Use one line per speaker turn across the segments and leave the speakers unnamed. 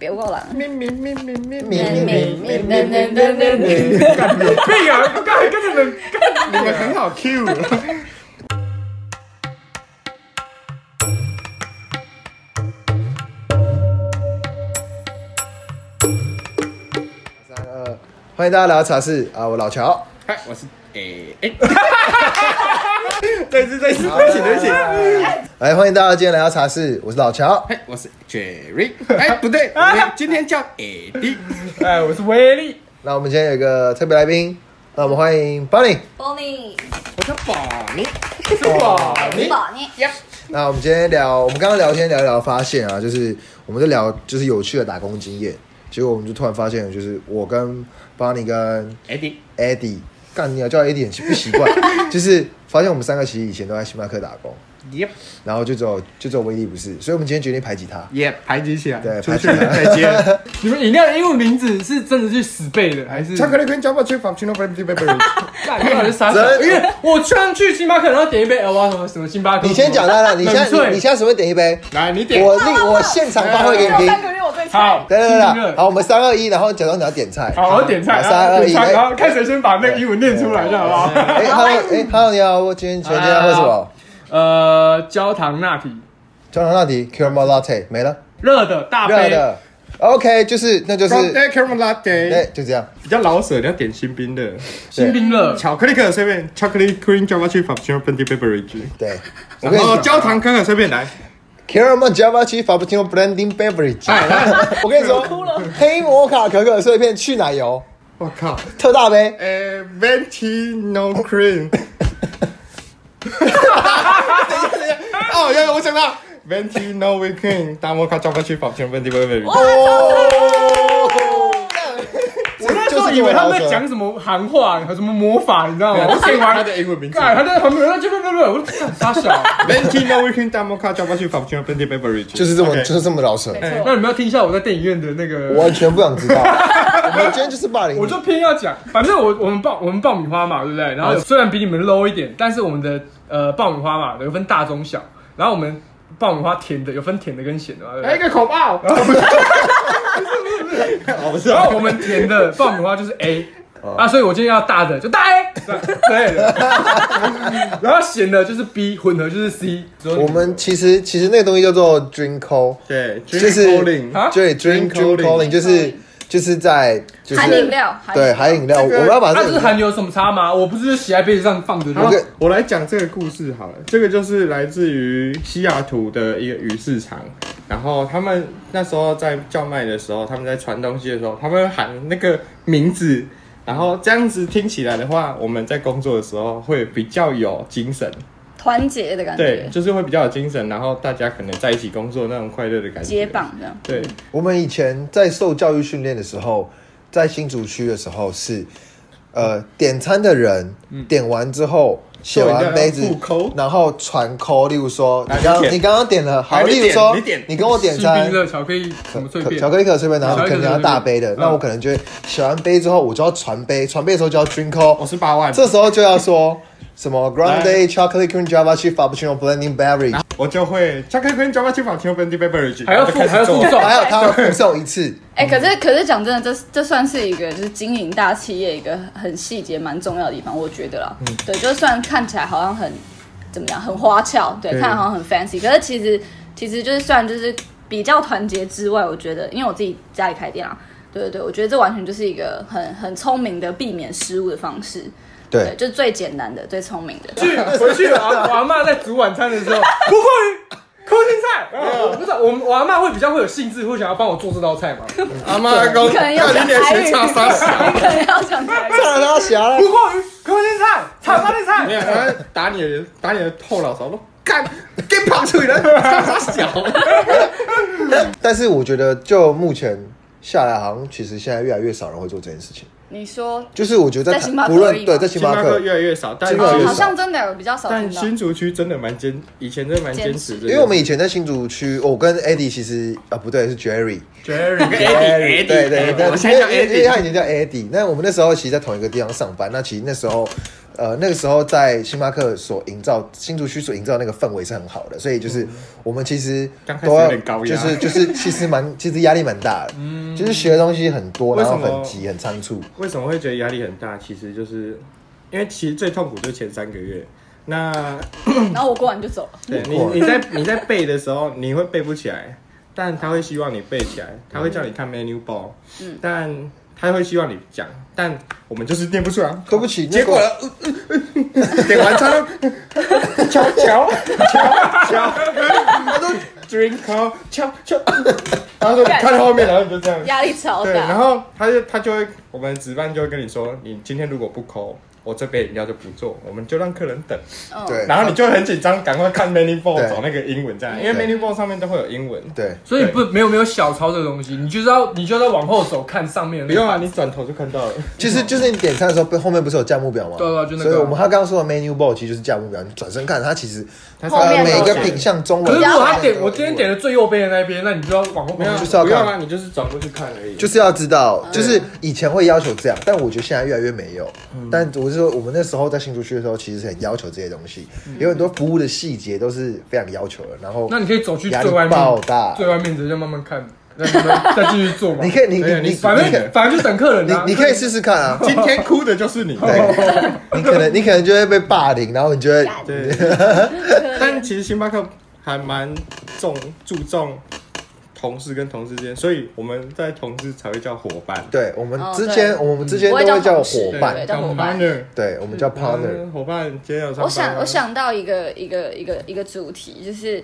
别过来了。哎
咪咪咪咪咪咪
咪咪咪咪咪咪咪，
干有病啊！干跟你们干，你们很好 Q。
三二，欢迎大家来到茶室啊！我老乔，
嗨，我是哎诶诶，对对对，对不起对不起，
来哎欢迎大家今天来到茶室，我是老乔。
嗨，哎我是 Jerry，哎不对，我们今天叫 AD，
哎，我是威力，
那我们今天有一个特别来宾，那我们欢迎 Bunny。
Bonnie，
我叫宝妮，
是我
你宝你，
那我们今天聊，我们刚刚聊天聊一聊，发现啊，就是我们在聊就是有趣的打工经验，结果我们就突然发现，就是我跟 Bunny 跟
AD，
Eddie，干你要叫 Eddie 很不习 惯，就是发现我们三个其实以前都在星巴克打工，
耶
然后就只有就只有威力不是，所以我们今天决定排挤他。
耶，排挤起来，
对
出去
排挤
再见。
你们饮料的英文名字是真的去死背的，还是？
巧克力跟脚板吹仿去弄 b a b y
干，你到底是傻傻？因为我居然去星巴克，然后点一杯 L 啊什么什么星巴克。
你先讲，来来，你现在
冷萃
你你现在随便点一杯，
来你点，
我立我现场发挥给你听。
月我最
好，
对对
第一
对，
个
好，我们三二一，然后假装你要点菜。
好，我点菜，
好三
然后
二一哎
点菜，
来
然后看谁先把那个英文念出来，这样好不好？
哎，Hello，哎，Hello，你 好，我今天今天要喝什么？
呃，焦糖拿铁，
焦糖拿铁 c a r a m e Latte 没了，
热的大
热
杯，
的。OK，就是那就是，
对 c a r a m e latte，
对，就这样。
比较老舍，你要点新冰的。
新冰乐，
巧克力可可碎片，chocolate cream java chip f r o m b e beverage。
对，我
然
跟你
后
说
焦糖可可碎片来，
c a r a m e Java c h i Frappuccino Blending Beverage。我
哎
跟你说，黑摩卡可可碎片去奶油
我靠，
特大杯，
呃，ventino cream。哦，有有，我想到 ventino w e e k e n d 大摩卡 java chip f r o m b e beverage。
哦，
我那时候以为他们在讲什么行话，什么魔法，你知道吗？我点
他
完，哎
的英文名字
干，他在旁边，他就不不不，我干傻小。
ventino w e e k e n d 大摩卡 java chip f r o m b e beverage。
就是这么就是这么老舍，
没
那
错，
你们要听一下我在电影院的那个，
完全不想知道。 我们今天就是霸凌你，
我就偏要讲，反正我我们爆我们爆米花嘛，
啊
对不对？然后虽然比你们 low 一点，但是我们的呃爆米花嘛有分大中小，然后我们爆米花甜的有分甜的跟咸的嘛，对不
来一
对？
个
哎
口爆。哦
然后我们甜的 爆米花就是 A。啊，
哦
所以我今天要大的就大 A，对， 然后咸的就是 B，混合就是 C。
我们其实其实那个东西叫做 drink call，
对，
就是
啊
对 drink
Drink
drink
calling
calling，就是就是在就是
含饮料，含饮
对
料
含饮料，我
这个
们要把
它
这
啊这是
个
含有什么差吗？我不是就写在杯子上放着就
好
好
我，跟
我来讲这个故事好了。这个就是来自于西雅图的一个鱼市场，然后他们那时候在叫卖的时候，他们在传东西的时候，他们会喊那个名字，然后这样子听起来的话，我们在工作的时候会比较有精神，
团结的感
对，
觉，
就是会比较有精神，然后大家可能在一起工作那种快乐的感觉。
接。棒这样。
对，
我们以前在受教育训练的时候，在新竹区的时候是，呃，点餐的人点完之后。写
做饮料
完
要
杯子
嗯互扣，
然后传扣，例如说，
来
你刚
你点
你刚刚点了，好，
来你
例
点
如说
你点，
你跟我点
士
餐
兵，的巧克力什么脆
可
片啊
巧，克力可碎片，然后
巧克
可
力
能要
可碎片
大杯的，那我可能就会写完杯之后，我就要传杯，传杯的时候就要 drink call，
哦我是八万，
这时候就要说什么
嗯
Grande
来啊
Chocolate Cream Java Chip Frappuccino Blending Beverage，
我就会 c h o c o l a t e Java 去法 Q 本地 beverage，
还要附还要附送，
还有他要附送一次，
哎，可是可是讲真的，这这算是一个就是经营大企业一个很细节蛮重要的地方，我觉得啦。对，就算看起来好像很怎么样，很花俏，对，
对
看好像很 fancy，可是其实其实就是虽然就是比较团结之外，我觉得因为我自己家里开店啊，对对对，我觉得这完全就是一个很很聪明的避免失误的方式，对，
对，
就是最简单的、最聪明的。
去回去我阿我阿妈在煮晚餐的时候，不过鱼、空心菜，
啊
我不是我们我阿妈会比较会有兴致，会想要帮我做这道菜嘛。
阿妈阿公，
你可能要
看
讲
你脸
台语，
学差三小。
你可能要讲台语。
当然他啊侠了
不。过鱼、空心菜、炒沙律
没
菜，
有，他打你的打你的后脑勺，都干，给跑出来，他小。
但是我觉得就目前下来，好像其实现在越来越少人会做这件事情。
你说，
就是我觉得
在星巴克
不
而已
论
吗
对在星
星
巴
巴克
克，
越来越少，但
星巴克
哦，
越
好
少
像真的有比较少
但
听到。
新竹区真的蛮坚，以前真的蛮坚持的，
因为我们以前在新竹区，我跟 Eddie 其实啊不对是 Jerry，
Jerry
对对对，
哎我现在叫
因为因为
Eddie，
他以前叫 Eddie。那我们那时候其实，在同一个地方上班。那其实那时候，呃，那个时候在星巴克所营造新竹区所营造那个氛围是很好的，所以就是我们其实
嗯刚开始
都
有
要
点高
就
压
是就是其实蛮其实压力蛮大的，嗯，就是学的东西很多，
为
然
什
后
么
很急很仓促，
为什么会觉得压力很大？其实就是因为其实最痛苦就是前三个月。那
啊
然后我过完就走了。
对你
哇
你在你在背的时候，你会背不起来，但他会希望你背起来，他会叫你看 menu ball，、
嗯
但他会希望你讲，但我们就是念不出来。啊
对不起，
结果
了，呃
点完餐，敲敲敲敲，
他都
drink call，敲敲，然后说你看后面，然后你就这样。
压力超
对，然
大，
后他就他就会，我们值班就会跟你说，你今天如果不抠，我这杯饮料就不做，我们就让客人等。
嗯，
对
然后你就会很紧张，赶快看 menu board
对
找那个英文这样，因为
对
menu board 上面都会有英文。
对，
所以
对
不没有没有小抄这个东西，你就是要你就是要往后走看上面的
不
那个
用啊，你转头就看到了。
就是就是你点餐的时候，不后面不是有价目表吗？
对啊就那个
所以我们他刚刚说的 menu board 其实就是价目表，你转身看，它其实
他
后面都有
呃每个
写
品相中
可
文。
是如果他
中文
点我今天点的最右边的那一边，那你就要往后
没有，
面
啊，
去
就是要
不
看
用啊，你就是转过去看而已。
就是要知道，就是以前会要求这样，但我觉得现在越来越没有。但我是说，我们那时候在新竹区的时候，其实很要求这些东西，有很多服务的细节都是非常要求的。然后
那你可以走去
压
最外
力爆
面，
大，
最外面直接慢慢看，再慢慢再继续做嘛
你。可以，你
对啊你
你你
反正反正就等客人
你
啊，
你可以试试看 啊。
今天哭的就是你。
对，你可能你可能就会被霸凌，然后你就会
对，但其实星巴克还蛮重注重同事跟同事之间，所以我们在同事才会叫伙伴。
对我们
哦
之间我们之间
不会
都会
叫
叫
同事
伙伴
对，叫伙伴
partner
对我们叫 partner，
嗯伙伴今天有上
我
班啊
想
吗
我想到一个一个一个一个主题，就是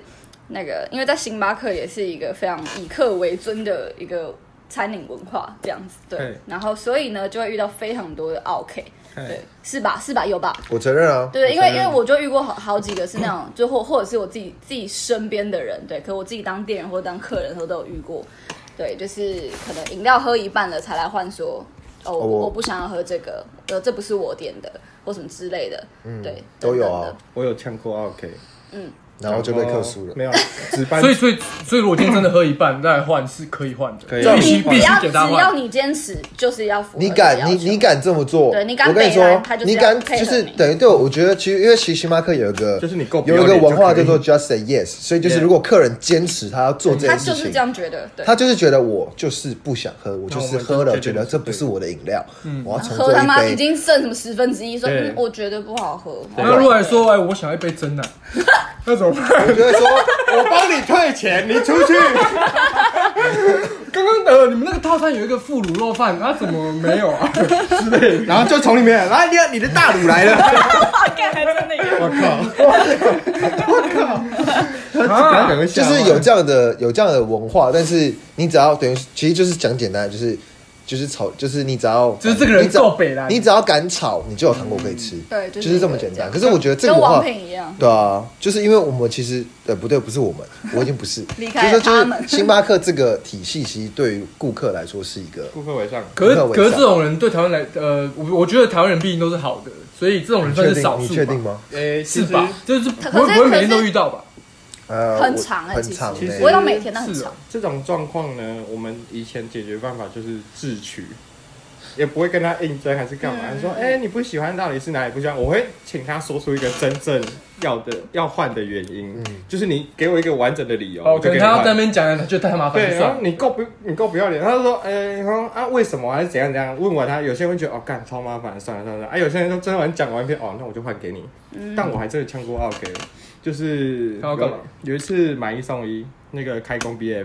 那个，因为在星巴克也是一个非常以客为尊的一个餐饮文化，这样子对
对。
然后所以呢，就会遇到非常多的 OK，
对
对，是吧？是吧？有吧？
我承认啊，
对，因为因
觉得
为我就遇过好好几个是那种， 就或或者是我自己自己身边的人，对，可我自己当店员或当客人的时候都有遇过，对，就是可能饮料喝一半了才来换说，哦，我
哦我
我不想要喝这个，呃，这不是我点的，或什么之类的，对，
都有
等等
啊
的，，
我有呛过 OK，
然后就被克诉了。
没有，值班
所以所以所以，如果今天真的喝一半，再换是可以换的，
可以
就
换
必须
你
必
只
须
要
给
只
他
要
换。
你坚持，就是要符合
你
这
敢
个
你
要求
你敢这么做？
对你敢
我跟你
北
说
兰他，就是
你
要
敢
配合
就是
你
等于对我觉得其实因为其实星巴克有一个
就是你够不要
有一个
脸
文化
就可
叫
以
做 just say yes，所以就是
Yeah
如果客人坚持他要做
嗯
这
他
件事
就是
情
这，样觉得，对，
他就是觉得我就是不想喝，我就
那我
是
们
喝
就
了
是
觉
觉
得
得
这不是我的饮料，我要重
喝
做
他妈
一
已
杯。
经剩什么十分之一，说
对
嗯，我觉得不好喝，
那如果来说，哎，我想要一杯真奶，那怎么办？
我就会说，
我帮你退钱，你出去。
刚刚呃，你们那个套餐有一个副卤肉饭，他怎么没有啊？
然后就从里面来，你的你的大乳来了。
干还真的有。
我靠！
啊
赶快下
就
班
是有这样的有这样的文化，但是你只要等于其实就是讲简单，就是就是吵，就是你只要
就是这个人
你只要
够北啦
你只要敢吵，你就有糖果可以吃，
嗯对就
就是是这
一
么
个
简
这样
单。可是我觉得这个
跟
文化
王。品一样，
对啊，就是因为我们其实呃不对，不是 我们，我已经不是
离开
就是说
他
就
们
是星巴克这个体系，其实对于顾客来说是一 个
顾客为上，
可是
那我也
可是
想
这种人对台湾来，呃，我我觉得台湾人毕竟都是好的，所以这种人
你
算
确
是少
定
数吧
你确定吗？
诶，
是
其实
吧？就是不
可
会
可是
不会每天
可
都
是
遇到吧？
呃，
很
我
长啊
很
其实
长
其
呢
实
不会到每天，但很
是哦
长。
这种状况呢，我们以前解决办法就是自取，也不会跟他硬争还是干嘛。
嗯
他说：“哎、你不喜欢到底是哪里不喜欢？”我会请他说出一个真正要的要换的原因，就是你给我一个完整的理由，
嗯哦，
我就
可
给
能
你
他要
换
在那边讲，他觉得太麻烦，
对，
算
然
了
后。你够不你够不要脸？他就说，哎、然后啊为什么还是怎样怎样？问完他，有些人会觉得哦干超麻烦，算了算了。啊，有些人就真完讲完一遍，哦那我就换给你。
嗯
但我还真的呛过 OK，就是
他要干嘛
有？有一次买一送一，那个开工 BF，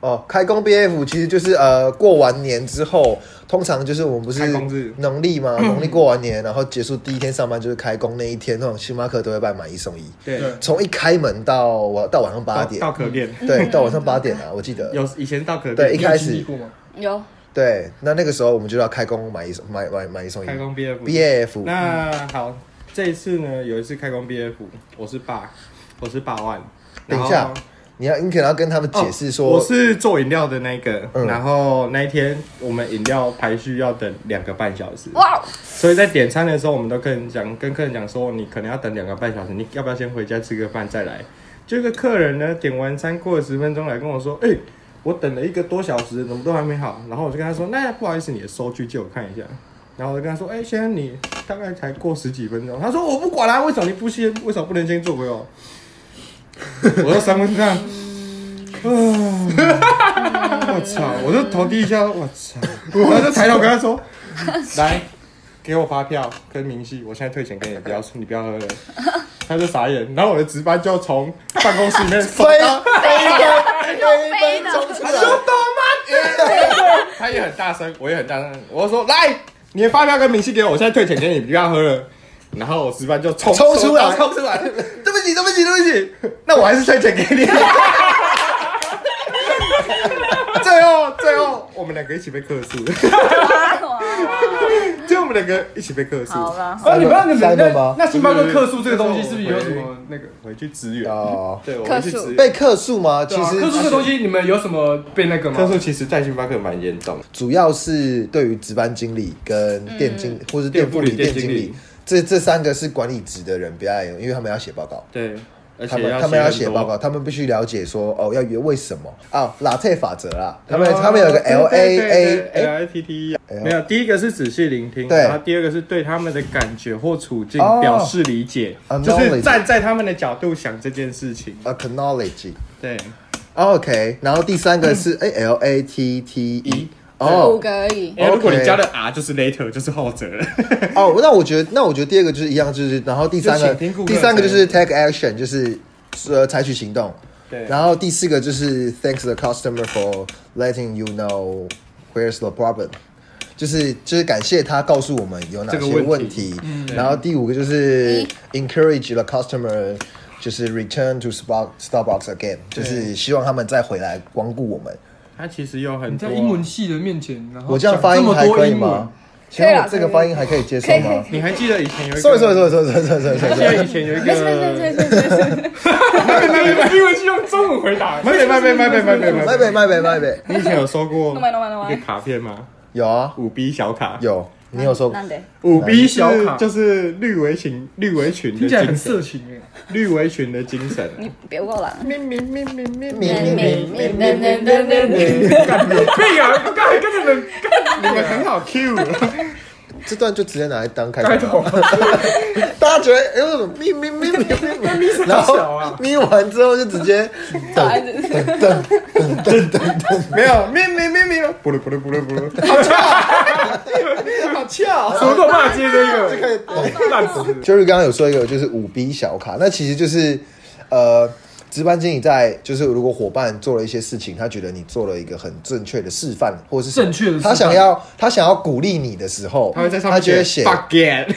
哦，开工 BF 其实就是呃，过完年之后，通常就是我们不是
开工日
农历嘛，
嗯
农历过完年，然后结束第一天上班就是开工那一天，那种星巴克都会办买一送一，
对，
对
从一开门到晚到晚上八
到
点，
到可店，
嗯
对，到晚上八点啊，我记得
有以前到可店，
对一
你有
开
经历
始
过吗？
有
对，那那个时候我们就要开工买一送买买买一送一
开工 BF。
BF，
那好，这一次呢，有一次开工 BF，我是霸，我是霸万。然后
等一下你要你可能要跟他们解释
哦
说
我，是做饮料的那个，
嗯
然后那一天我们饮料排序要等两个半小时，
哇，
所以在点餐的时候，我们都跟人讲，跟客人讲说，你可能要等两个半小时，你要不要先回家吃个饭再来？这个客人呢，点完餐过了十分钟来跟我说，哎、我等了一个多小时，怎么都还没好？然后我就跟他说，那不好意思，你的收据借我看一下。然后我就跟他说：“哎、先生，你大概才过十几分钟。”他说：“我不管啦、为什么你不先？为什么不能先做给我？”我说：“三分钟。”啊！我操！我就头低一下，我操！我就抬头跟他说：“来，给我发票跟明细，我现在退钱给你，不要你不要喝了。”他就傻眼，然后我的值班就从办公室里面
飞
飞
飞
到
奔
飞
飞
的
奔冲出来，
呃他也很大声，我也很大声，我说来，你的发票跟明细给我，我现在退钱给你，不要喝了。然后我值班就冲
冲出来
冲出来，对不起，对不起，对不起，那我还是退钱给你。最后，最后，我们两个一起被克诉，
哇
就我们两个一起被克诉，
好了，
啊，你不要你
塞
们
了吗
那那星巴克克数这个东西是不是有什么那个？
回去支援。
哦，
对，我回去
客诉
支援。
被客诉吗？其
对啊
实
克数这个东西，你们有什么被那个吗
克？诉其实，在星巴克蛮严重的，
主要是对于值班经理跟店经，或是店副理、
嗯店
店
经理
经理，这这三个是管理职的人不爱用，因为他们要写报告。
对，而
他
且
们他们要
很
写
多
报告，，他们必须了解说哦，要约为什么啊？拉特法则啦，他们
哦
他们有个
对
L A
对
哎
对
A
对
A
L A T T E，
L
没有。第一个是仔细聆听，
对
然后第二个是对他们的感觉或处境
哦
表示理解
啊，
就
knowledge
是站在他们的角度想这件事情。
acknowledge。
对，
哦 OK，然后第三个是哎 L A T T E
五
哦
个而已。
哎，
OK
如果你加了 R 就是 later，就是后者了。
哦，那我觉得那我觉得第二个就是一样，就是然后第三
就
个
请听顾客
第三个就是 take action，就是呃采取行动。
对
然后第四个就是 thanks the customer for letting you know where's the problem，就是就是感谢他告诉我们有哪
这个
些
问题
问题。然后第五个就是 encourage the customer。就是 return to Starbucks Starbucks again，就是希望他们再回来光顾我们。
它其实有很
你
多
在英文，系的面前，然后
我这样
讲
发音
么
还
多
可以
英文
吗？？请
可
问
以
我
啦
这个发音还可以接受
可以
吗
你还记得以前有一个
？Sorry Sorry Sorry Sorry Sorry Sorry
记
Sorry。
得以前有一
没事没事
个，
没事没事没事，
英文系用中文回答。
没没没没没没没没
麦
没
北麦北麦北，
你以前有收过
弄完弄完弄
一
完
个。卡片吗？
有啊
五 B 小卡，
有，你有说
难得，
五 B 小
小
卡
卡
就是绿围裙，绿围裙的
听起来很
精神
色，情哎。
绿围裙的精神。
你别过来。
屁啊！我刚才跟你们
你们哎很好 Q，
这段就直接拿来当开
开
头
头，
吧。大家觉得哎，为什么咪咪咪咪咪 咪，然
小啊
后咪完之后就直接等等等，
没有，没没没没有，不噜不噜不噜不噜，
好翘。
怎么都骂接这个，这烂 死。
就是刚刚有说一个就是五 B 小卡，那其实就是呃。值班经理在就是，如果伙伴做了一些事情，他觉得你做了一个很正确的示范，或是什么
正确的示
他
范
想要他想要鼓励你的时候，
他会在上
他
面
就会写
fuck it，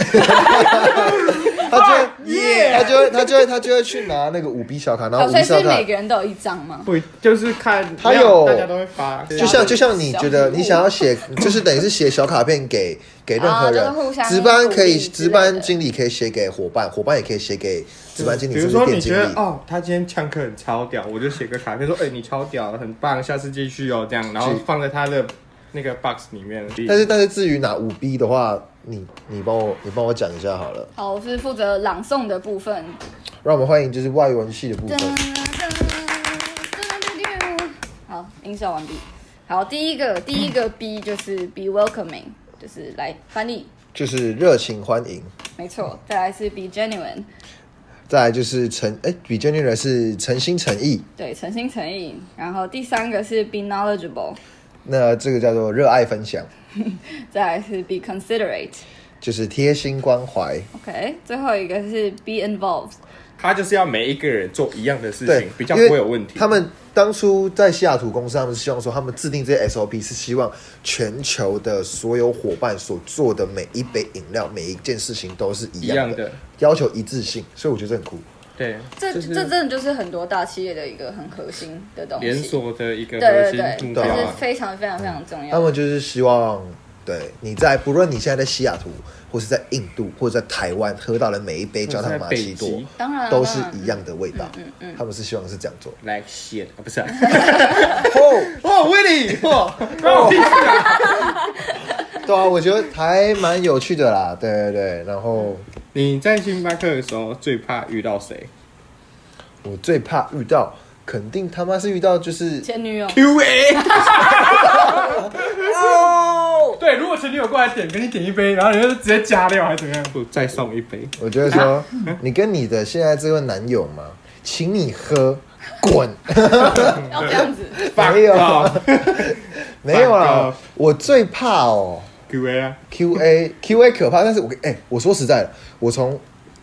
他就会，他就会，他就会，他就会去拿那个五 B 小卡，然后
好，
五
所
B
以
小
是
卡
每，个人都有一张吗？
不就是看
他
没有
有
大家都会发，
就像就像你觉得你想 要写，就是等于是写小卡片给给任何
啊就是互
人，
相
值班可以，
鼓励之类的
值班经理可以写给伙伴，伙伴也可以写给值班经理，
啊比如
甚至
说你
店经
觉得
理。
哦，他今天呛课很超屌，我就写个卡片说，哎，你超屌，很棒，下次继续哦，这样，然后放在他的那个 box 里面。
但是但是至于拿五 B 的话，你你帮我你帮我讲一下好了，
好，我是负责朗诵的部分。
让我们欢迎就是外文系的部分。
好，音效完毕。好，第一个第一个 B 就是 be welcoming，就是来翻译，
就是热情欢迎，
没错。再来是 be genuine，
再来就是诚哎，比 j e n 是诚心诚意，
对，诚心诚意。然后第三个是 be knowledgeable，
那这个叫做热爱分享，
再来是 be considerate。
就是贴心关怀。
OK，最后一个是 be involved，
他就是要每一个人做一样的事
对
情，，比较不会有问
因
题。
为他们当初在西雅图公司，他们是希望说，他们制定这些 SOP 是希望全球的所有伙伴所做的每一杯饮料、每一件事情都是一
一
样
样的
要求一致性，所以我觉得很酷。
对，
这
就
这
是
真的就是很多大企业的一个很核心的东西。
连锁的一个核
对
心
对对，
目
这
标
是
啊。
非常非常非常重
他
要。
们就是希望，对你在不论你现在在西雅图，或是在印度，或者在台湾喝到了每一杯焦糖玛
或者在
奇朵
北极，嗯
当然啊
都是
当然
一样的味道。他们是希望是这样做。
Like shit 啊，不是、啊。哦
哦，
哇，Willy，哇，
对啊，我觉得还蛮有趣的啦。对对对，然后。
你在星巴克的时候最怕遇到谁
我最怕遇到，肯定他妈是遇到就是
前女友。
？Q A，
哦，
对，如果前女友友过来点，跟你点一杯，然后人家就直接加料还是怎么样？
不再送一杯，
我觉得说，你跟你的现在这位男友嘛，请你喝，滚！
要这样子，
没有，
啊，
没有
反
啦
告，
我最怕哦。
给为啊，
Q A Q A 可怕，但是我哎、我说实在的，我从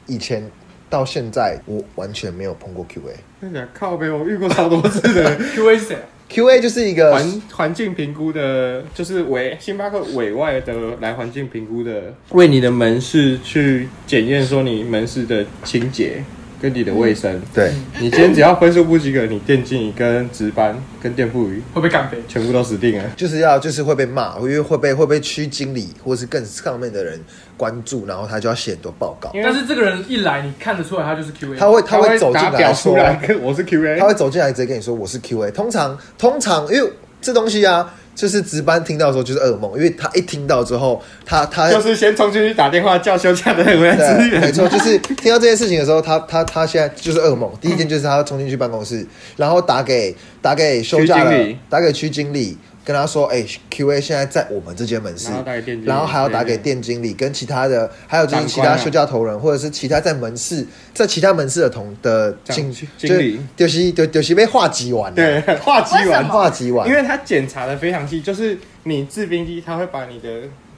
以前到现在，我完全没有碰过 Q A。
真的假的哎靠背，我遇过超多次 的
Q A 是谁啊？
Q A 就是一个
环环境评估的，就是委星巴克委外的来环境评估的，为你的门市去检验说你门市的清洁跟你的卫生。
对，
你今天只要分数不及格，你店经理跟值班跟店铺鱼
会被干杯？
全部都死定了。
就是要就是会被骂，因为会被会被区经理或是更上面的人关注，然后他就要写很多报告。
因为
但是这个人一来，你看得出来他就是 Q A。
他会他会走进
打
来
表出
说，
来，跟我 是 QA，
他会走进来直接跟你说我是 QA。通常通常因为这东西啊，就是值班听到的时候就是噩梦，因为他一听到之后，他他
就是先冲进去打电话叫休假的人 回来支
对，没
援。
错，就是听到这件事情的时候，他他他现在就是噩梦。第一件就是
嗯
他冲进去办公室，然后打给打给休假
区
了
经理，
打给区经理，跟他说：“哎、q a 现在在我们这间门市
然后打给店经，理
然后还要打给
对
店经理跟其他的，还有就是其
长官
他
啊
休假头人，或者是其他在门市在其他门市的同的
长
经
经
就
理
就是就就是被化级完 了，
对，话题
为什
完
么，
化级完，
因为他检查的非常细，就是你制冰机，他会把你的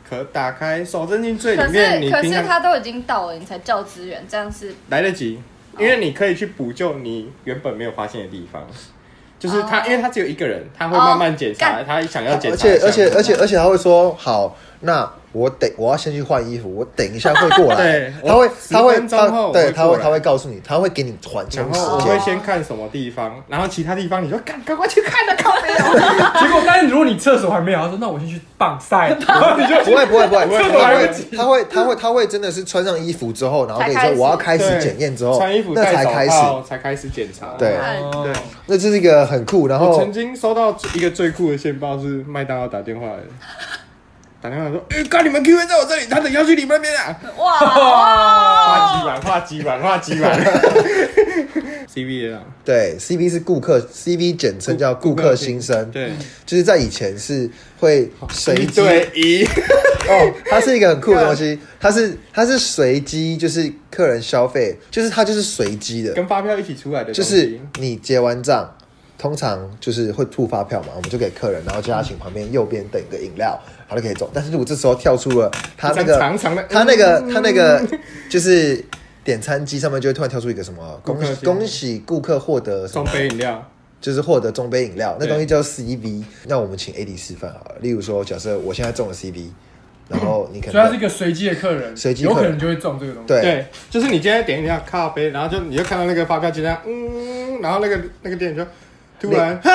壳打开，手伸进最
可
里面，
是
你
可
平
是
常
他都已经到了，你才叫资源，这样 是
来得及，
哦
因为你可以去补救你原本没有发现的地方。就是他
哦
因为他只有一个人，他会慢慢检查
哦
他想要检
而
查的
且而且
项目
而且而且他会说好，那我等我要先去换衣服，我等一下会过来
对。
他会
我
他会
10分钟
他
后
对
我会
他会
过来
他会告诉你，他会给你缓冲
然
时
后我会
间。
先看什么地方，然后其他地方你就赶赶快去看了，啊靠没有。
结果但是如果你厕所还没有，他说那我先去棒晒，然后你就
不会不会不会，
不会
他
不会
会
不会
他会他会他会真的是穿上衣服之后，然后跟你
才开
说
始
我要开始
对
检验之后，
穿衣服
那才
戴手
开始，
套才开始检查。
对
哦
对
那这是一个很酷。然
我
后
曾经收到一个最酷的线报是麦当劳打电 话来的，打电话说：“哎、刚你们 Q A 在我这里，他等下去你们那边啊。
哇哇，
画鸡碗，画鸡碗，画鸡碗。C B A 啊，
对 CV 是顾客 CV 简称叫顾客新生，
对，
就是在以前是会 随
一
机
对一，
哦，它是一个很酷的东西，它是它是随机，就是客人消费，就是它就是随机的，
跟发票一起出来的东西，
就是你结完账，通常就是会吐发票嘛，我们就给客人，然后叫他请旁边右边等一个饮料，他就可以走。但是如果这时候跳出了他那
一张
个
长长的
他那个他那个就是点餐机上面就会突然跳出一个什么
顾
恭
客
喜
信
恭喜顾客获得什
双
么。
杯饮料，
就是获得中杯饮料，那
对
东西叫 CV。那我们请 AD 示范好了。例如说，假设我现在中了 CV，然后你可
所以他是
能
一个随机的客人，
随机客
有
人
可能就会中这个东 西。
对
对，就是你今天点饮料咖啡，然后就你就看到那个发票就这样，嗯，然后那个那个店员就突然哈，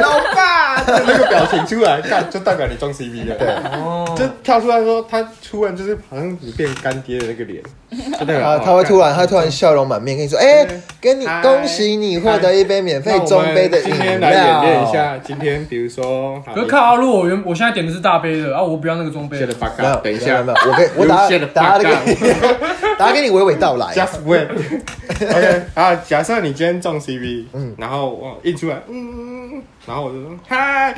老爸 的那个表情出来，看就代表你中 C B 了。
对
哦，
就跳出来说，他突然就是好像你变干爹的那个脸，就代表
他
哦
他会
干
突然，他突然笑容满面，跟你说：“哎、
对
跟你
嗨
恭喜你获得一杯免费
那我
中
们
杯的饮
今
料。”
天来演练一下，今天比如说，好
可是看啊，如果我原我现在点的是大杯的，然后啊我不要那个中杯
谢
的
了，八
没有。
嘎，等一
没
下
有没，有，我给我打
You shut the
打
fuck
给你，打给你娓娓道来。
just wait。OK 啊，假设你今天中 CV，嗯，然后我印出来，嗯，然后我就说嗨。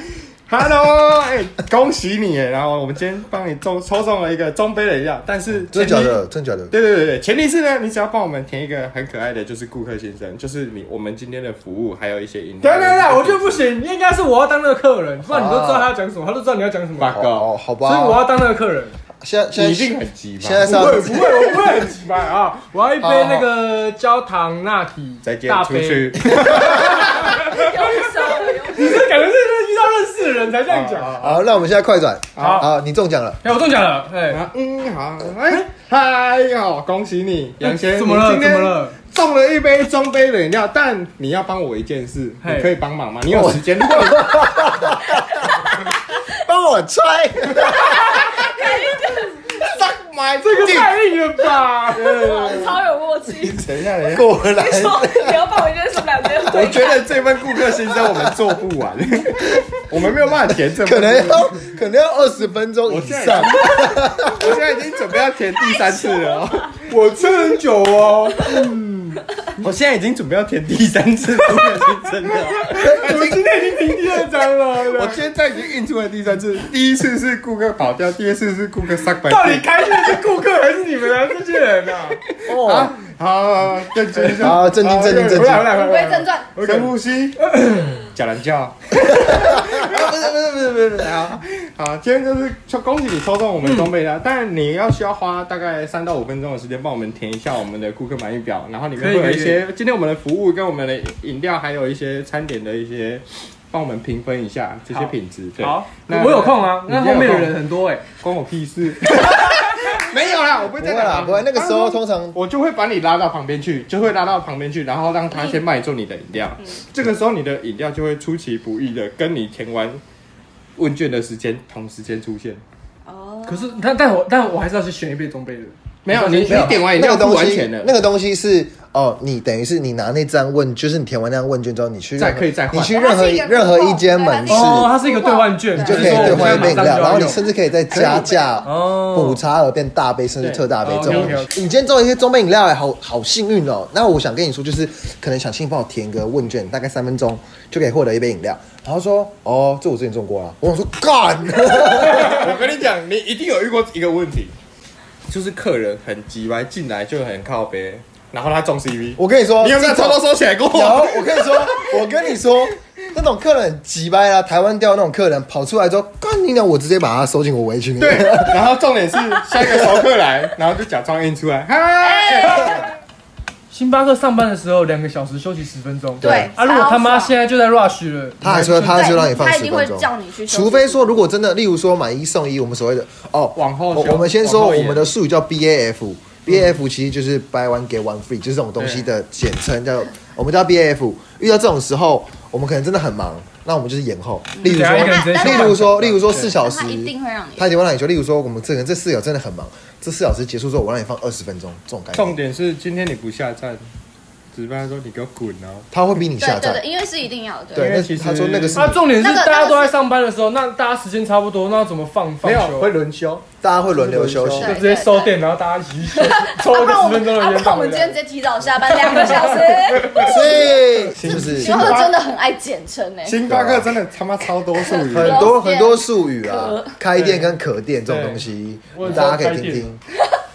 Hello，哎、恭喜你！哎然后我们今天帮你中抽中了一个中杯的饮料，但是
真的假
前提
的？真的假的？
对对对对，前提是呢，你只要帮我们填一个很可爱的，就是顾客先生，就是你我们今天的服务，还有一些饮料。
等一下等一下等一下，我觉得不行，应该是我要当那个客人，不然你都知道他要讲什么，他都知道你要讲什么，
Fuck
哦哦，好
所以我
吧。
要当那个客人。
现在现
你
在
一定很急吧？
现在是
不会不
要
会，我不会很奇怪啊！我要一杯那个焦糖拿铁，
再见
大，
出
杯。
去。
用手用
你这感觉是遇到认识的人才这样讲。
啊，
好，那我们现在快转。
好
好，你中奖了。
哎，我中奖了！哎，
嗯，好，哎，嗨，好，恭喜你，杨先，
怎么了？
你今
怎么
天
了？
中了一杯中杯的饮料，但你要帮我一件事，
嘿
你可以帮忙吗？你有时间？如果你
帮我吹。
上买这
这个太硬了 吧！
手，超有默 契。
等一下，等一下，
果然，
说你要帮我一件事，我们两个人
我
对
觉得这份顾客新生我们做不完， 我们没有办法填这份。
可能要可能要二十分钟以
我现
上
在。我现在已经准备要填第三次了哦。
我吃很久哦。
我现在已经准备要填第三次不小心真的，
我们今天已经停第二章了，
我现在已经印出了第三次，第一次是顾客跑掉，第二次是顾客上白
到底开心的是顾客还是你们啊？这些人啊，
啊，好好，好正经一下，
好正经
好
正经
回来
正经
回来回来
言
回来
归正传，
我深呼吸，假蓝叫。不是不是不是不是不是，好，好，啊今天就是就恭喜你抽中我们装备
嗯
啦，但你要需要花大概三到五分钟的时间帮我们填一下我们的顾客满意表，然后里面会
可以
有一
可以
些今天我们的服务跟我们的饮料，还有一些餐点的一些，帮我们评分一下这些
好
品质。对，
好，
那
我有空啊，
你
那
今
后
天有
面的
空
人很多哎，
关我屁 事。没有啦，我不会
不
再
会啦，不会。那个时候通常
我就会把你拉到旁边去，就会拉到旁边去，然后让他先卖做你的饮料。
嗯
这个时候，你的饮料就会出其不意的跟你填完问卷的时间同时间出现。
哦，
可是但但我但我还是要去选一杯中杯的，
没有，你你
没有
点完饮
那
料
个
付
东
完
西
钱了，
那个东西是哦，你等于是你拿那张问，就是你填完那张问卷之后，你去任
再
何
可以再换
你去任何
它是一个
任何一间
对
门市，
哦，它是一个兑换券，
你
你就可以
只是说
兑
我
换一杯饮
现在
料，
哦
马上就要
然后你
用
甚至可以再加价
哦
补差额变大杯，甚至特大杯
对
这
哦
种。
OK，OK，OK
你今天做一些中杯饮料，好好幸运哦。那我想跟你说，就是可能想请你帮我填个问卷，大概三分钟就可以获得一杯饮料。然后说哦，这我之前中过了。我想说干，
我跟你讲，你一定有遇过一个问题，就是客人很急歪进来就很靠背，然后他中 CV。
我跟你说，
你有没有偷偷收起来 过？
然后我跟你说，我跟你说，那种客人很急掰啊，台湾掉那种客人跑出来之后，干你娘，我直接把他收进我围裙里。
对， 然后重点是下一个熟客来，然后就假装印出来，嗨，
星巴克上班的时候两个小时，休息十分钟。
对
啊，如果他妈
超爽
现在就在 rush 了，
他还是会，他还是会让你放
他一
十
定会
分钟。
叫你去休息，
除非说，如果真的，例如说买一送一，我们所谓的哦，
往后
我
修
我们先说
往后
我
延
们的术语叫
嗯
BAF。BAF 其实就是 buy one get one free，就是这种东西的简称，叫我们叫 BAF。遇到这种时候，我们可能真的很忙，那我们就是延后。例如
等一下一个人
说，
直接
那
先
例
换
如说，例如说四小时
他，一定会让你
他已经会让你休。例如说，我们这个人这室友真的很忙，这四小时结束之后，我让你放二十分钟，这种感
重
觉，
点是今天你不下站，值班说你给我滚哦。
他会逼你
对
下
对
站
对，。因为是一定要的，
对，
因为其
那
实
他说那个是
啊，重点是
那个
大家都在上班的时候，那大家时间差不多，那怎么放放休？
轮休，
大家会轮流休息
就，直接收店，然后大家一起去休息， 抽
啊
了
不
个
然我们啊，
十分钟的烟
不然我们今天直接提早下班两个 小时。
所以是不是
然后真的很爱简称哎，
星巴克真的他妈超多术语，
很多很多术语啊
可，
开店跟可店这种东西
我有，时候
大家可以听
开
听。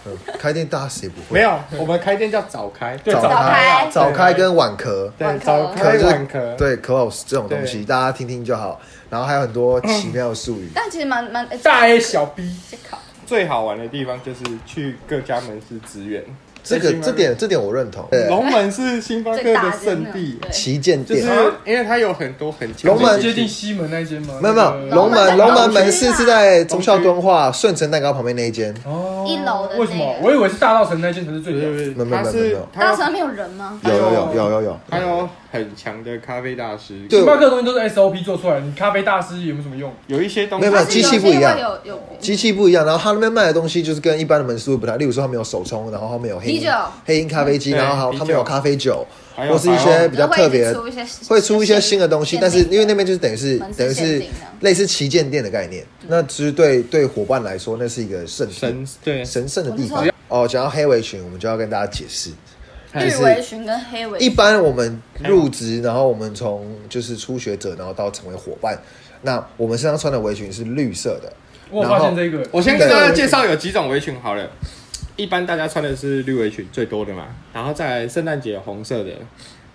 嗯开店大家谁不会？
没有，我们开店叫早开，
对
早
早
开
早开跟晚壳，
对，
晚
早
课
开
就是
晚壳，
对 close 这种东西，
对
大家听听就好。然后还有很多奇妙的术语，
但其实蛮蛮哎
大 A 小 B，
这考
最好玩的地方就是去各家门市支援，
这个
在星巴克
这点这点我认同。对，
龙门是星巴克
最大
的
的
圣地，
对
旗舰
就是
店。
因为它有很多很
龙门
接近西门那间吗？
没有没有，
门
龙门龙门
龙门
门市是在忠孝敦化顺成蛋糕旁边那一间，
哦
一楼的那个
为什么？我以为是大道城那间才是最
不
屌。
是
没
不
有
是，
没有
它
没
大
是它
有没有
城没有人吗？
有有有有有有，
还有很强的咖啡大师，
对
星巴克的东西都是 SOP 做出来的，你咖啡大师有没有什么用？
有一些东
没有没有
西
机器不一样
它是有些会有有
机器不一样，然后他那边卖的东西就是跟一般的门市会不太，例如说他们有手冲，然后他们有黑
啤酒
鹰黑鹰咖啡机，
对
然后还有
啤酒
他们有咖啡酒，
还有
或是一些比较特
会
别
一直
的
出一些
会出一些新的东西，
限
但
定
是因为那边就是等于是
门市
等于
限
是
定啊
类似旗舰店的概念，那其实对对伙伴来说，那是一个圣地
神对
神圣的地
我
方
是。
哦，讲到黑围裙，我们就要跟大家解释，
绿围裙跟黑围
一
裙，
般我们入职，然后我们从就是初学者，然后到成为伙伴，那我们身上穿的围裙是绿色的，
我有发现这个，
我先跟大家介绍有几种围裙好了。一般大家穿的是绿围裙最多的嘛，然后再来圣诞节有红色的，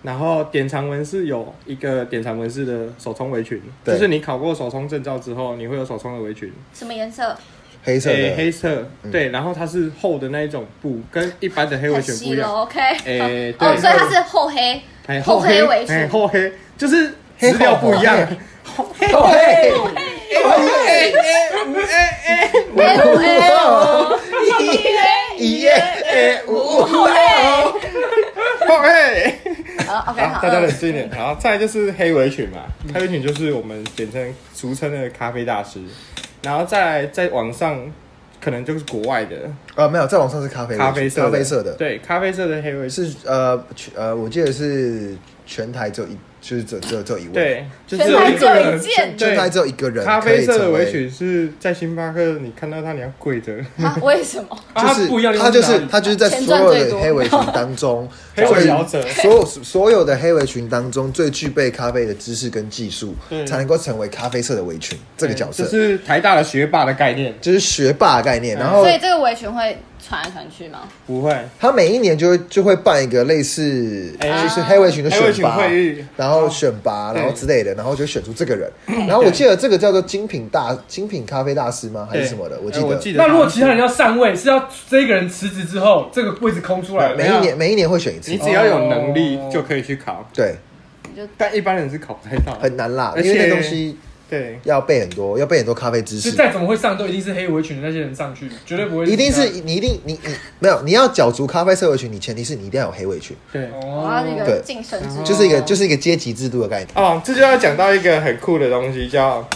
然后典藏纹饰有一个典藏纹饰的手冲围裙，
对
就是你考过手冲证照之后，你会有手冲的围裙，
什么颜色？
黑色
诶、
的。嗯
黑色，对，然后它是厚的那一种布，跟一般的黑围
很
裙
稀
不一
了
样，
，OK。
诶
哦，
对
所以它是厚黑，
哎
厚黑
黑
围裙
哎厚黑就是质料不一样，
哦嘿
黑不黑哦，
一耶，哎我
厚黑。
厚黑。
好，OK，
好，
好，
大家冷
嗯
静一点。然后再来就是黑围裙嘛，
嗯
黑围裙就是我们简称俗称的咖啡大师。然后再来再往上，可能就是国外的
啊，没有，再往上是咖啡的
咖啡色的，
咖啡色的，
对，咖啡色的黑围裙。
是呃去呃，我记得是全台只有一，就是只有只有只有一位，，
对，就
全
只有
台
一
只有
个
一
人。
件
对
全台只有一个人
咖
可
啡
以
色的
成
围
为。
裙是在星巴克，你看到它你要跪着，，
啊？为什么？
啊
就
它不一样
是
的
他
地方
就
哪里
是他就是在
钱
所
赚
有
最
的
多
黑围裙当中
黑尾摇
最
者
所有所有的黑围裙当中最具备咖啡的知识跟技术
对，
才能够成为咖啡色的围裙这个角色
就，是台大的学霸的概念，
就是学霸的概念。然后
所以这个围裙会传来传去吗？
不会，
他每一年就会就会办一个类似
哎
就是黑围裙的
黑围
选
裙
拔
会议，
然后选拔，
对嗯
然后之类的，然后就选出这个人。然后我记得这个叫做精品大精品咖啡大师吗？还是什么的？我记
哎我
得
记得。
那如果其他人要上位，是要这个人辞职之后，这个位置空出来
没
每
了，
有
一年每一年会选一次
你，只要有能力
哦
就可以去考，
对，
但一般人是考不太到。
很难啦，
而
因为
且
那东西
对，
要背很多，要背很多咖啡知
就
识。
再怎么会上，都一定是黑围裙的那些人上去，绝对不会
一定是
其
你一定你你没有，你要角逐咖啡色围裙，你前提是你一定要有黑围裙，
对
他人
我要那
哦，
个晋升制
对
度，
就是一个就是一个阶级制度的概念。
哦，这就要讲到一个很酷的东西，叫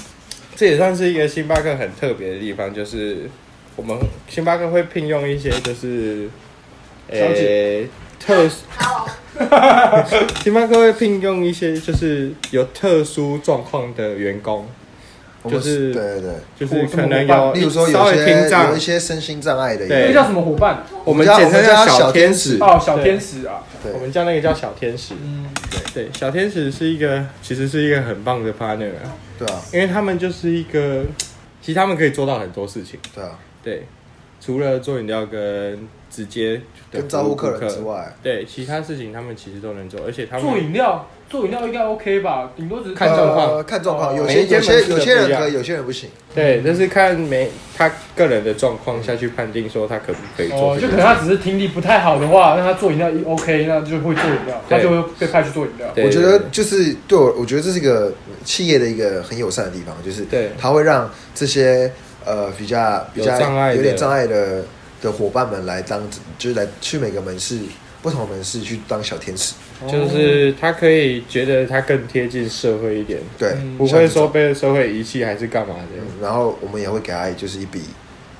这也算是一个星巴克很特别的地方，就是我们星巴克会聘用一些就是，
小
呃，特 殊，星巴克会聘用一些就是有特殊状况的员工，
我
就
们
是
对对对，
就是
哦这么
可能
棒
有
例如说
稍
有
微听
些
障
有一，些身心障碍的
对
那个
也有，
叫什么伙伴？
我们
我
简
们叫
称
我们叫
小
小天
使
使，
哦，小天使啊，
对
我们叫那个叫小天使。
嗯，
对，小天使是一个，其实是一个很棒的 partner 啊，
对啊
因为他们就是一个，其实他们可以做到很多事情。
对啊，
对，除了做饮料跟直接的
跟招呼客
客
人之，外，
对，其他事情他们其实都能做，而且他
做
们
饮料，做饮料应该 OK 吧？顶多只是
嗯
哦
看状况
呃看状况，有
每
些
一间
有
门市
些
的
有些
不一
人
样
可以，有些人不行。
对，这是看每他个人的状况下去判定说他可不可以做
哦，
这
就
个
可能他只是听力不太好的话，那他做饮料一 OK，那就会做饮料，他
对
就会被派去做饮料。
对
我觉得就是对我，我觉得这是一个企业的一个很友善的地方，就是
对
它会让这些呃比较比较
有障碍的
有点障碍的的伙伴们来当，就是来去每个门市不同门市去当小天使，
就是他可以觉得他更贴近社会一点，
对，
嗯
不
像
会
这种
说被社会遗弃还是干嘛
嗯
的。
然后我们也会给他就是一笔，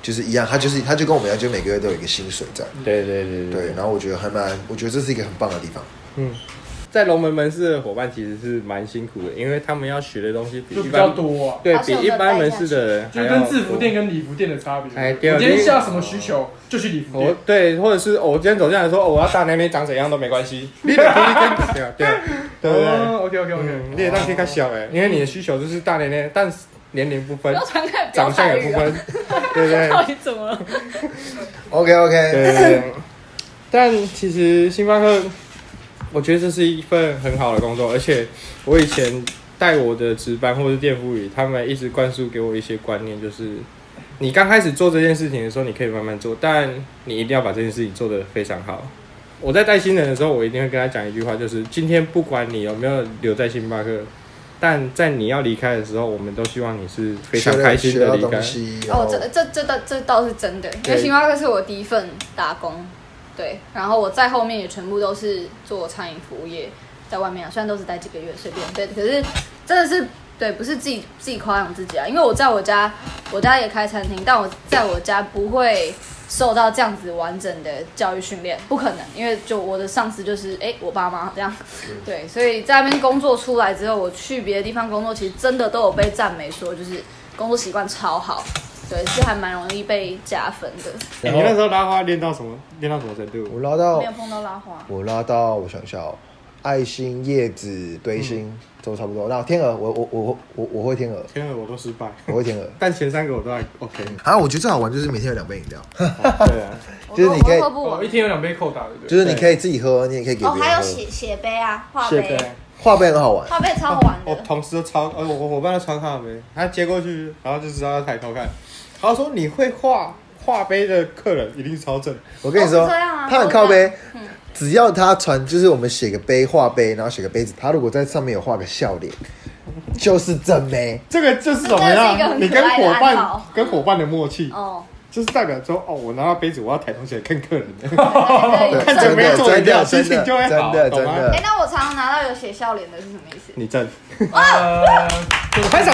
就是一样，他就是他就跟我们一样，就每个月都有一个薪水这样。
对对对
对，然后我觉得还蛮，我觉得这是一个很棒的地方。
嗯，在龙门门市的伙伴其实是蛮辛苦的，因为他们要学的东西比
就
一
比较
般
多啊，
对
好
比
像
一
有个
般
代
门
价
市的人
就
还要
跟制服
多
店跟礼服店的差别。
哎对啊
我今天下什么需求就去礼服
我
店。
对，或者是、哦我今天走进来说、哦我要大奶奶长怎样都没关 系，你的 K 跟对啊对啊对对对，
，OK OK
嗯，
OK，
你也让 K 较小哎，因为你的需求就是大奶奶，但是年龄不
不
分
要，传开，不要
哦长相也
参与哦。
不分， 对不对？
到底怎么了？
OK
对
OK，
对对。但其实星巴克，我觉得这是一份很好的工作，而且我以前带我的值班或是店服务员，他们一直灌输给我一些观念，就是你刚开始做这件事情的时候，你可以慢慢做，但你一定要把这件事情做得非常好。我在带新人的时候，我一定会跟他讲一句话，就是今天不管你有没有留在星巴克，但在你要离开的时候，我们都希望你是非常
学了
开心
学
的
到
离开
东。西，然后
哦，这这这倒这倒是真的，因
对
为星巴克是我第一份打工，对，然后我在后面也全部都是做餐饮服务业，在外面啊，虽然都是待几个月随便，对，可是真的是对，不是自己自己夸奖自己啊，因为我在我家，我家也开餐厅，但我在我家不会受到这样子完整的教育训练，不可能，因为就我的上司就是哎、我爸妈这样，对，所以在那边工作出来之后，我去别的地方工作，其实真的都有被赞美说就是工作习惯超好，对，是还蛮容易被加分的。
欸你那时候拉花练到什么？练到什么程度？
我拉到
没有碰到拉花，
我拉到我想一下、哦，爱心、叶子、堆心，都差不多。那天鹅，我我我我我会天 鹅，
天啊，我都失败。
我会天鹅。
但前三个我都还 OK。
啊，我觉得最好玩就是每天有两杯饮料，
对啊，
我
就是
都
你可以
我喝不
我哦一
完。
天有两杯扣打，对不
就是
对？
你可以自己喝，你也可以哦给
哦，
别
还
人
有
喝。
写写杯啊，画
谢
杯，
杯。
画杯很好
哦
玩，
画杯超好玩
我
的。
同事都超，呃，我我伙伴都超看杯，他接过去，然后就知道他抬头看，然后说你会画画杯的客人一定超正，
我跟你说，
哦是这样啊
他很靠
都这
杯，只要他传，就是我们写个杯画杯，然后写个杯子，他如果在上面有画个笑脸，就是正妹。
这个就是怎么
这是一个
样？
很
你跟
可爱的
伙
暗
伴
号
跟伙伴的默契，
哦，
就是代表说哦，我拿到杯子，我要抬头起来看客人，
哦 对对对
对
看着
真
没
的
做饮
真
料，
的
心
真
情
的
就会好，
真的
懂
真
吗？
哎、
的，
那我常常拿到有写笑脸的是什么意思？
你正，
呃，
拍手。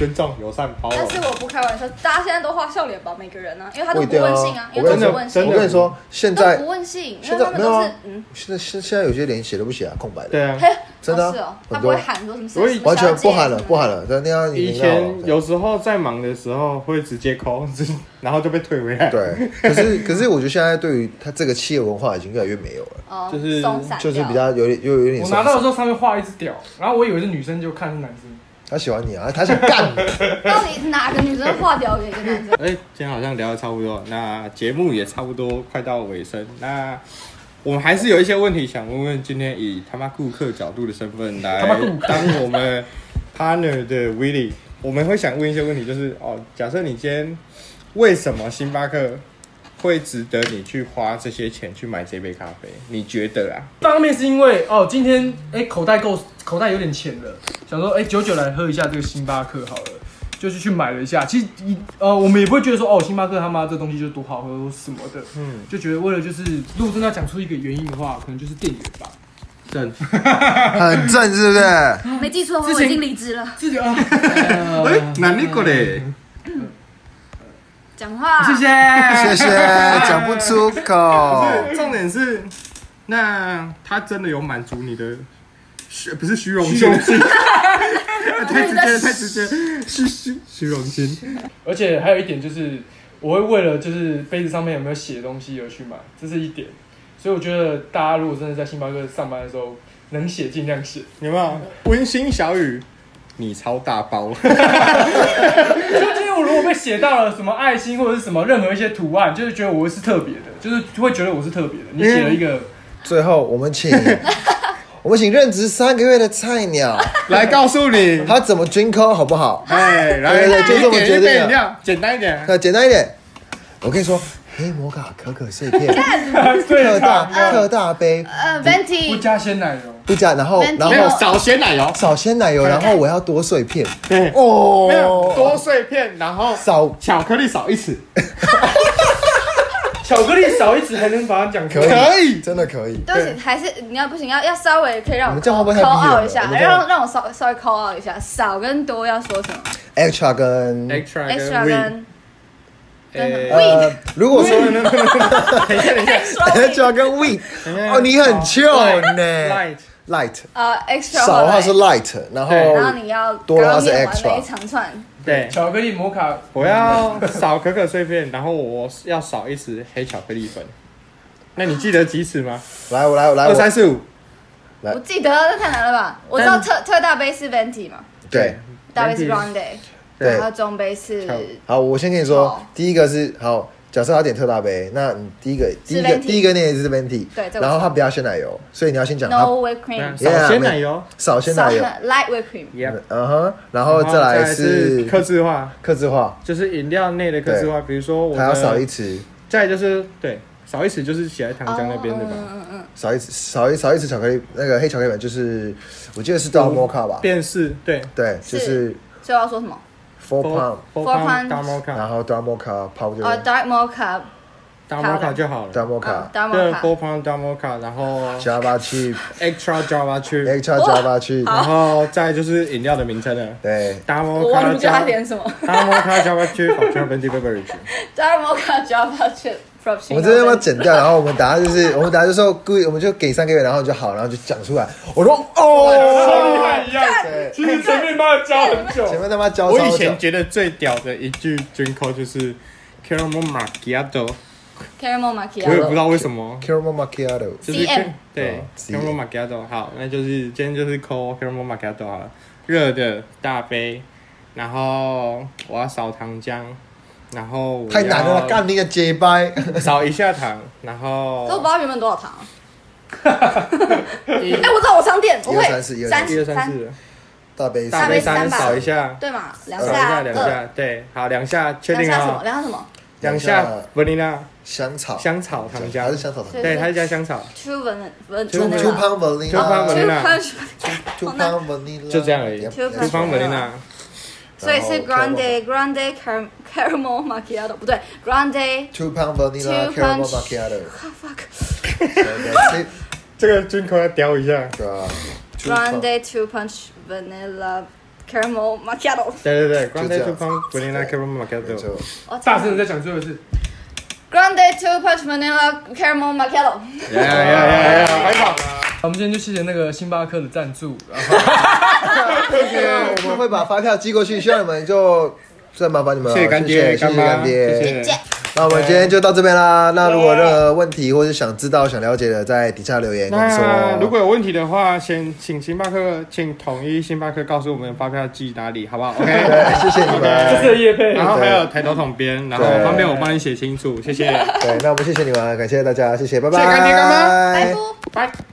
尊重、友善、包容
但。是我不开玩笑，大家现在都画笑脸吧，每个人啊，因为他都
不一
不
定啊
问姓啊，因
我
为
跟
都不
真的
你说，
问
真
姓
我
的，
跟你说，现
都
在
不问姓，因
现
为他
在
们
没
都
有
是
啊
嗯，，
现在现现在有些连写都不写啊，空白的，
对啊，
嘿，
真的啊
哦是哦，
很多
他不会喊说什么什
我
么
以
小姐，
完全不喊了，
什么
不喊了。对，那样
以
你
前
要
有时候在忙的时候会直接抠，然后就被退回来。，
对，可是可是我觉得现在对于他这个企业文化已经越来越没有了，
哦，
就是
松散
就是
掉
比较有点又有点
我
松
拿到的
散。
时候上面画一只屌，然后我以为是女生，就看是男生。
他喜欢你啊，他想干你。
到底哪个女生化掉给一个男生？
哎，今天好像聊的差不多，那节目也差不多快到尾声，那。我们还是有一些问题想问问，今天以他妈顾客角度的身份来
他妈顾客
当我们 partner 的 Willy，我们会想问一些问题，就是哦，假设你今天为什么星巴克会值得你去花这些钱去买这杯咖啡？你觉得啊？
当面是因为哦，今天哎、口袋够，口袋有点钱了，想说哎久久来喝一下这个星巴克好了，就是去买了一下。其实一呃我们也不会觉得说哦星巴克他妈这东西就多好喝什么的，
嗯，
就觉得为了就是如果真的要讲出一个原因的话，可能就是店员吧。
正
很正，是不是？
没记错的话，
之
我
前
已经离职了。
自己啊， 呃
那你个嘞？
讲话，
谢谢。
谢谢，讲不出口。
不是， 重点是，那他真的有满足你的虚不是虚荣心， 太直接了，太直接了，是虚虚荣心。
而且还有一点就是，我会为了就是杯子上面有没有写的东西而去买，这是一点。所以我觉得大家如果真的在星巴克上班的时候，能写尽量写。
有没有温馨小雨？你超大包，
就今天我如果被写到了什么爱心或者是什么任何一些图案，就是觉得我是特别的，就是会觉得我是特别的。
嗯
你写了一个，
最后，我们请我们请任职三个月的菜鸟，
来告诉 你，
他怎么均扣好不好？
哎，来，
对对就这么
一点
决
一
定
杯
了
饮料，简单一点。
那简单一点，我跟你说，黑摩卡可可碎片，
对
特大
吧？
特大杯，
呃
不
，Venti，
加鲜奶油，
不加，然后
Venti
然
没有
后
少鲜奶哦油，
少鲜奶油，然后我要多碎片
对，没有
哦，
多碎片，然后
少
巧克力少一匙，
巧克力少一匙还能把它讲出
可
来。
可以
以，真的可以。
对不起，还是你要不行，要要稍微可以让
我
我
们这样会不会
call
太低了
out 一下
我，们这样
让让我稍稍微 call out 一下，少跟多要说 什么哎
extra 跟
extra
？extra 跟
跟 win，
跟
哎
呃，如果说
等一下，等一下，
extra
extra 跟 wheat，
等一下
哦，你很 chill 呢
哎 Light，
，light，
呃 extra
少的话是
会
light，然
对
然后
后
你要
多的话是
刚刚念完
extra
那一长串，
对，
巧克力摩卡，
我要少可可碎片，然后我要少一匙黑巧克力粉。那你记得几匙 吗？
来我来啊我来
二
我
三四五。
来
我记得这太难了吧？我知道特特大杯是 Venti 嘛，
对。
大杯是
Venti
Grande，
对
然后中杯是
巧
好，我先跟你说
好，
第一个是好，假设他点特大杯，那你第一个第一个
venti
第一个念是 venti，
对这个
然后他不要鲜奶油，所以你要先讲他
No whipped cream，
哎
少鲜奶油。
少鲜奶油，
light whipped cream，
Yep
嗯哼，然后再来是
克制化，
克制化，
就是饮料内的克制化，比如说我
还要少一
匙，
匙，
再来就是对少一匙就是写在糖浆那边的
哦
吧，
嗯嗯嗯
少一匙少一少一匙巧克力，那个黑巧克力粉就是我记得是到摩卡
哦
吧，
电视对
对，就是
嗯，所以我要说什么？
four pound，
four
pound
pound 大摩卡
然后 double 摩卡
呃
powder
，dark mocha，
大摩卡就好了。
哦 double 摩卡
dark
对
mocha，
four pound 大摩卡，然后
java chip
extra java 去，
extra java chip，
然后再来就是饮料的名称了，
对，
大
我
摩
忘
卡
了加点什么
大摩卡 java 去，好像 venti beverage。
，dark mocha java chip frappuccino。
我们这边要剪掉，然啊后我们答案 就是，我们答案就说故意，我们就给三个月，然后就好，然后就讲出来。我说
像厉
哦，
害一样。
对，
其实前面帮他教很久。
前面他妈教
我
超
以
久
前，觉得最屌的一句 Junko 就是 Caramel Macchiato，
caramel
我也不知
macchiato。
道为什么，
Caramel Macchiato，
就是
CM
对
哦
Caramel Macchiato。好，那就是今天就是 call Caramel Macchiato 好了，热的大杯，然后我要少糖浆，然后我
太难了啦，
要
干你个 结掰，
少一下糖，然
所以我不知
后
道原本多少糖啊。
一
哎，我知道我商店，我
一
会
二三四一二
三
三
一二三
三，
四，
大杯
大
杯
杯
三
三
吧
少一下，
对嘛？两
少一下
下
两
二，
下，对，好两下确
两
定
下什
啊
么？，两下什么
两下
两下
vanilla
香草
香草糖
还是
浆，
香草糖
对
对，它是加香草。
？Two van
？Two
van
Two
vanilla。
pound vanilla，
Two
Two
pound vanilla
punch-
Two
好难
pound vanilla，
就这样而已
Yep，
Two
that's
厨房
pound
right
vanilla
所以是
然后
grande grande car- caramel macchiato，不对，grande
Two pound vanilla
Two
caramel
pound-
macchiato，
啊 fuck
对对
这个军口要叼一下。
对啊 Two pound-
grande two punch vanilla caramel macchiato。
对对对，光
就这
在
样
这方 banana caramel
没错
macchiato，，
我操
大声的再讲最后一次，
Grande two punch vanilla caramel macchiato。
呀呀呀呀，拍手！
好我们今天就谢谢那个星巴克的赞助，然后
我们会把发票寄过去，希望你们就再麻烦你们了，
谢谢干爹，
谢
干
谢谢谢
妈，
干爹，
谢谢。
那我们今天就到这边啦。那如果任何问题或是想知道、想了解的，在底下留言跟我
那
们说。
如果有问题的话，先请星巴克，请统一星巴克告诉我们发票寄哪里，好不好？OK。
对，谢谢你
这
们。
是个叶配
然后还有抬头桶边，然后方便我帮你写清楚，谢谢。
对，那我们谢谢你们，感谢大家，谢谢，拜拜。哎
谢谢干爹干妈
拜拜。
拜。